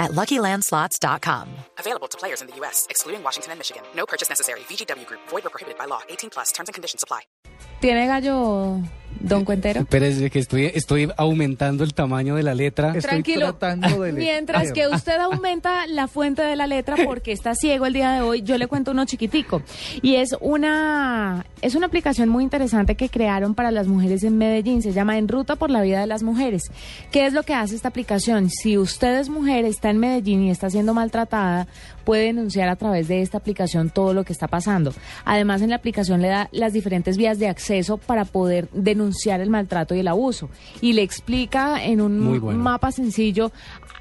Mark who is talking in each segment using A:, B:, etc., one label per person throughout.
A: at luckylandslots.com.
B: Available to players in the U.S., excluding Washington and Michigan. No purchase necessary. VGW Group, void or prohibited by law. 18 plus terms and conditions apply.
C: ¿Tiene gallo Don Cuentero?
D: Pero es que estoy, estoy aumentando el tamaño de la letra.
E: Estoy
C: Tranquilo.
E: tratando de leer.
C: Mientras que usted aumenta la fuente de la letra porque está ciego el día de hoy, yo le cuento uno chiquitico. Y es una, es una aplicación muy interesante que crearon para las mujeres en Medellín. Se llama En Ruta por la Vida de las Mujeres. ¿Qué es lo que hace esta aplicación? Si usted es mujer, está en Medellín y está siendo maltratada, puede denunciar a través de esta aplicación todo lo que está pasando. Además, en la aplicación le da las diferentes vías de acceso para poder denunciar el maltrato y el abuso. Y le explica en un
D: Muy bueno.
C: mapa sencillo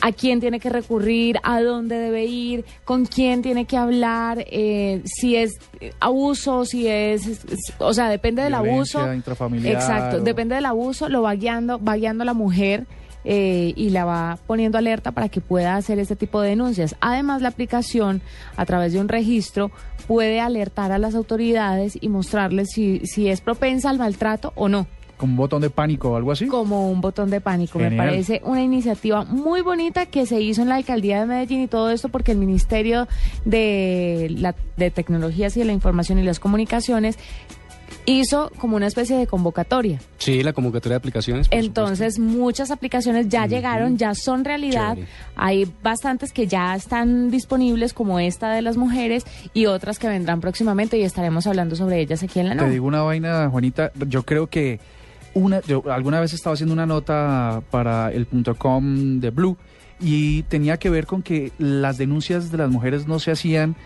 C: a quién tiene que recurrir, a dónde debe ir, con quién tiene que hablar, eh, si es eh, abuso, si es, es- es- o sea, depende del
E: Violencia
C: abuso.
E: intrafamiliar
C: Exacto,
E: o-
C: depende del abuso, lo va guiando, va guiando a la mujer. eh, y la va poniendo alerta para que pueda hacer este tipo de denuncias. Además, la aplicación, a través de un registro, puede alertar a las autoridades y mostrarles si, si es propensa al maltrato o no
E: Con un botón de pánico o algo así.
C: como un botón de pánico. Me
E: Genial.
C: parece una iniciativa muy bonita que se hizo en la alcaldía de Medellín y todo esto porque el Ministerio de, la- de Tecnologías y de la Información y las Comunicaciones hizo como una especie de convocatoria.
D: Sí, la convocatoria de aplicaciones. por
C: Entonces muchas aplicaciones ya llegaron, ya son realidad.
D: Chévere.
C: Hay bastantes que ya están disponibles como esta de las mujeres y otras que vendrán próximamente y estaremos hablando sobre ellas aquí en la
E: Te
C: noche.
E: digo una vaina, Juanita. Yo creo que una, yo alguna vez estaba haciendo una nota para el punto .com de Blue y tenía que ver con que las denuncias de las mujeres no se hacían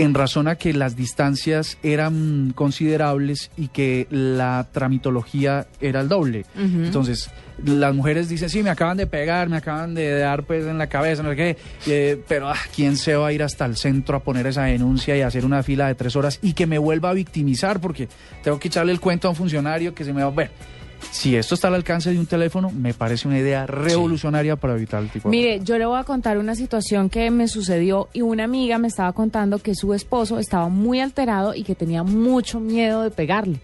E: en razón a que las distancias eran considerables y que la tramitología era el doble. Entonces, las mujeres dicen, sí, me acaban de pegar, me acaban de dar pues en la cabeza, no sé qué, eh, pero ah, ¿quién se va a ir hasta el centro a poner esa denuncia y hacer una fila de tres horas y que me vuelva a victimizar porque tengo que echarle el cuento a un funcionario que se me va a ver? Si esto está al alcance de un teléfono, me parece una idea revolucionaria para evitar el tipo de...
C: Mire, yo le voy a contar una situación que me sucedió y una amiga me estaba contando que su esposo estaba muy alterado y que tenía mucho miedo de pegarle.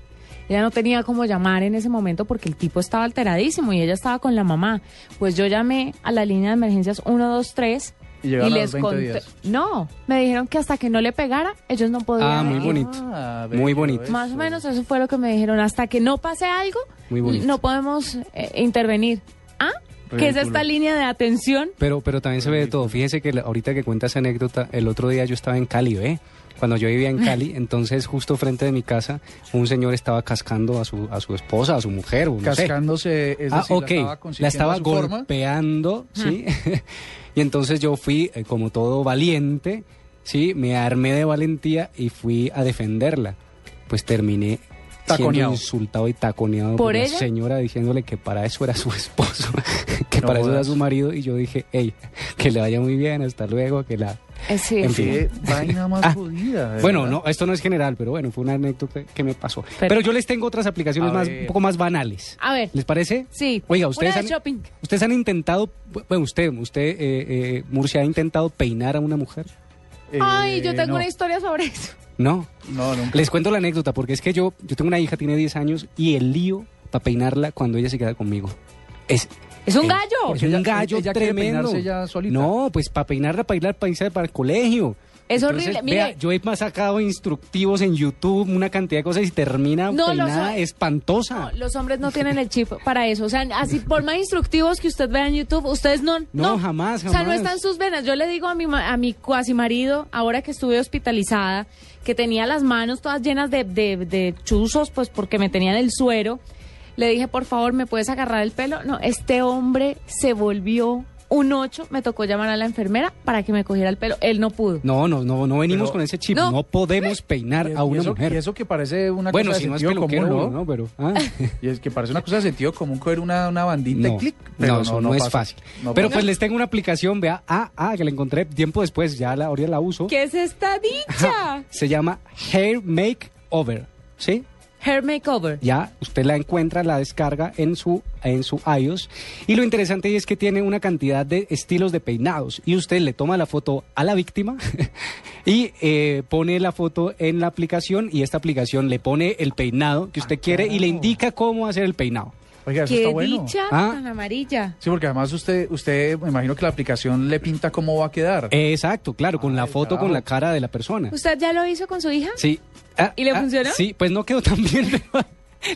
C: Ella no tenía cómo llamar en ese momento porque el tipo estaba alteradísimo y ella estaba con la mamá. Pues yo llamé a la línea de emergencias 123
E: Y llegaron a los
C: les
E: 20
C: conté.
E: días.
C: No, me dijeron que hasta que no le pegara, ellos no podían.
D: Ah, muy
C: ir.
D: bonito.
E: Ah,
D: Muy
E: bello
D: bonito.
C: Más o
E: eso.
C: menos eso fue lo que me dijeron. Hasta que no pase algo,
D: Muy bonito.
C: no podemos eh, intervenir. ¿Ah? ¿Qué es
E: Ridículo.
C: esta línea de atención?
D: Pero, pero también se ve de todo. Fíjese que la- ahorita que cuenta esa anécdota, el otro día yo estaba en Cali, ¿ve? Cuando yo vivía en Cali, entonces justo frente de mi casa, un señor estaba cascando a su, a su esposa, a su mujer, o no sé.
E: Cascándose, es
D: ah,
E: decir,
D: ok.
E: la estaba
D: La
E: consiguiendo
D: estaba
E: a su forma.
D: golpeando, ¿sí? y entonces yo fui, eh, como todo valiente, ¿sí? Me armé de valentía y fui a defenderla. Pues terminé siendo
E: Taconeado.
D: insultado y taconeado
C: ¿Por
D: una
C: ella?
D: señora diciéndole que para eso era su esposo, que
E: No
D: para eso era
E: jodas.
D: su marido. Y yo dije, hey, que le vaya muy bien, hasta luego, que la...
C: Eh, sí.
D: En fin.
E: Qué vaina más
D: Ah.
E: jodida. de
D: Bueno,
E: verdad.
D: no, esto no es general, pero bueno, fue una anécdota que me pasó. Pero,
C: Pero-
D: yo les tengo otras aplicaciones
E: A
D: más,
E: ver.
D: un poco más banales.
C: A ver.
D: ¿Les parece?
C: Sí.
D: Oiga, ustedes
C: Una de
D: han,
C: shopping.
D: ustedes han intentado, bu- bueno, usted, usted, eh, eh, Murcia, ¿ha intentado peinar a una mujer?
E: Eh,
C: Ay, yo tengo
E: no.
C: una historia sobre eso.
D: No.
E: No, nunca.
D: Les cuento la anécdota, porque es que yo, yo tengo una hija, tiene 10 años, y el lío para peinarla cuando ella se queda conmigo. Es,
C: Es un
D: el-
C: gallo.
D: Es
E: Ella-
D: un gallo
E: ella quiere
D: tremendo.
E: peinarse ella solita.
D: No, pues para peinarla, para irla, para irse para el colegio.
C: Es
D: Entonces,
C: horrible.
D: vea,
C: Mire,
D: yo he más sacado instructivos en YouTube, una cantidad de cosas y termina
C: No, lo
D: peinada
C: so-
D: espantosa.
C: los hombres no tienen el chip para eso. O sea, así por más instructivos que usted vea en YouTube, ustedes no.
D: No, jamás,
C: O sea, no
D: jamás.
C: están sus venas. Yo le digo a mi, ma- a mi cuasi marido, ahora que estuve hospitalizada, que tenía las manos todas llenas de, de, de chuzos, pues porque me tenían el suero. Le dije, por favor, ¿me puedes agarrar el pelo? No, este hombre se volvió un ocho. Me tocó llamar a la enfermera para que me cogiera el pelo. Él no pudo.
D: No, no, no, no venimos
E: Pero-
D: con ese chip. No,
C: No.
D: podemos peinar
E: Y-
D: a
E: y
D: una
E: eso-
D: mujer.
E: Y eso que parece una
D: bueno,
E: cosa de
D: si no es
E: sentido
D: peluquero,
E: común,
D: uno, ¿no? Pero, ah,
E: Y es que parece una cosa de sentido común coger una, una bandita
D: no,
E: y clic.
D: no,
E: Pero no,
D: eso no, es
E: pasa.
D: fácil.
E: No
D: pero
E: pasa.
D: pues les tengo una aplicación, vea, ah, ah, que la encontré tiempo después, ya la, ahora ya la uso.
C: ¿Qué es esta dicha?
D: Se llama Hair Makeover. ¿sí?
C: Hair Makeover.
D: Ya usted la encuentra, la descarga en su, en su iOS. Y lo interesante es que tiene una cantidad de estilos de peinados. Y usted le toma la foto a la víctima y eh, pone la foto en la aplicación. Y esta aplicación le pone el peinado que usted quiere y le indica cómo hacer el peinado.
E: Oiga, eso
C: Qué
E: está bueno.
C: dicha
D: Ah.
C: tan amarilla.
E: Sí, porque además usted, usted, me imagino que la aplicación le pinta cómo va a quedar.
D: Eh. Exacto, claro, con la foto, con la cara de la persona.
C: ¿Usted ya lo hizo con su hija?
D: Sí. Ah,
C: Pues, ¿Y le
D: ah,
C: funcionó?
D: Sí, pues no quedó tan bien. pero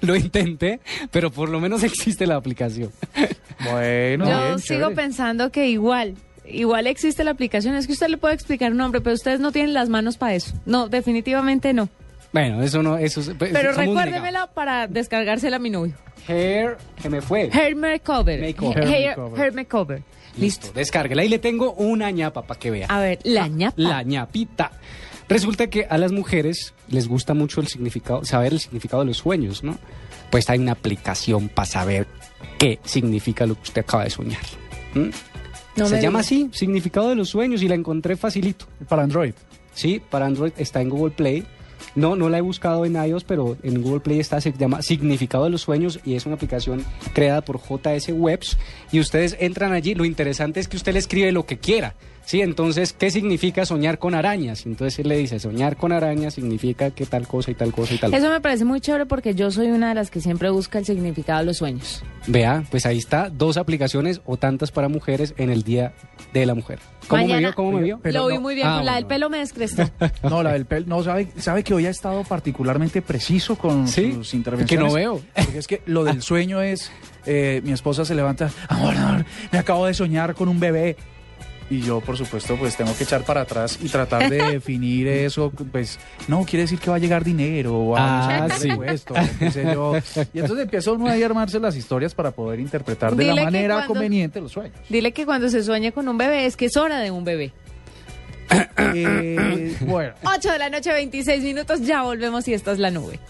D: Lo intenté, pero por lo menos existe la aplicación.
E: Bueno,
C: Yo
E: bien,
C: sigo
E: chévere.
C: pensando que igual, igual existe la aplicación. Es que usted le puede explicar un nombre, pero ustedes no tienen las manos para eso. No, definitivamente no.
D: Bueno, eso no, eso es. pues,
C: Pero
D: somos negados.
C: recuérdemela para descargársela a mi novio.
D: Hair, que me fue.
C: Hair Makeover.
D: Makeover.
C: Hair,
E: Hair Makeover.
C: Hair Makeover.
D: Listo, descárguela. Y le tengo una ñapa para que vea.
C: A ver, la ñapa.
D: La ñapita. Resulta que a las mujeres les gusta mucho el significado, saber el significado de los sueños, ¿no? Pues hay una aplicación para saber qué significa lo que usted acaba de soñar. ¿Mm?
C: No
D: Se
C: me
D: llama
C: diga.
D: así, significado de los sueños, y la encontré facilito.
E: Para Android.
D: Sí, para Android está en Google Play. No, no la he buscado en iOS, pero en Google Play está, se llama Significado de los Sueños y es una aplicación creada por JS Webs y ustedes entran allí, lo interesante es que usted le escribe lo que quiera, ¿sí? Entonces, ¿qué significa soñar con arañas? Entonces él le dice, soñar con arañas significa que tal cosa y tal cosa y tal cosa.
C: Eso me parece muy chévere porque yo soy una de las que siempre busca el significado de los sueños.
D: Vea, pues ahí está, dos aplicaciones o tantas para mujeres en el Día de la Mujer. ¿Cómo me
C: Mañana-
D: vio? ¿Cómo me vio?
E: Pero
C: lo vi
E: no-
C: muy bien,
D: ah,
C: con la del
D: bueno.
C: pelo me descrestó.
E: No, la del pel. No, sabe, sabe que hoy ha estado particularmente preciso con
D: Sí,
E: sus intervenciones.
D: que no veo.
E: Porque es que lo del sueño es. eh, mi esposa se levanta. Amor, amor, me acabo de soñar con un bebé. Y yo, por supuesto, pues tengo que echar para atrás y tratar de definir eso. Pues no, quiere decir que va a llegar dinero, o va a
D: Ah,
E: llegar
D: sí.
E: impuesto, qué sé yo. Y entonces empieza uno ahí a armarse las historias para poder interpretar de
C: Dile
E: la
C: que
E: manera
C: cuando-
E: conveniente los sueños.
C: Dile que cuando se sueña con un bebé es que es hora de un bebé.
E: Eh, bueno. Eh,
C: 8 de la noche, 26 minutos, ya volvemos y esta es la nube.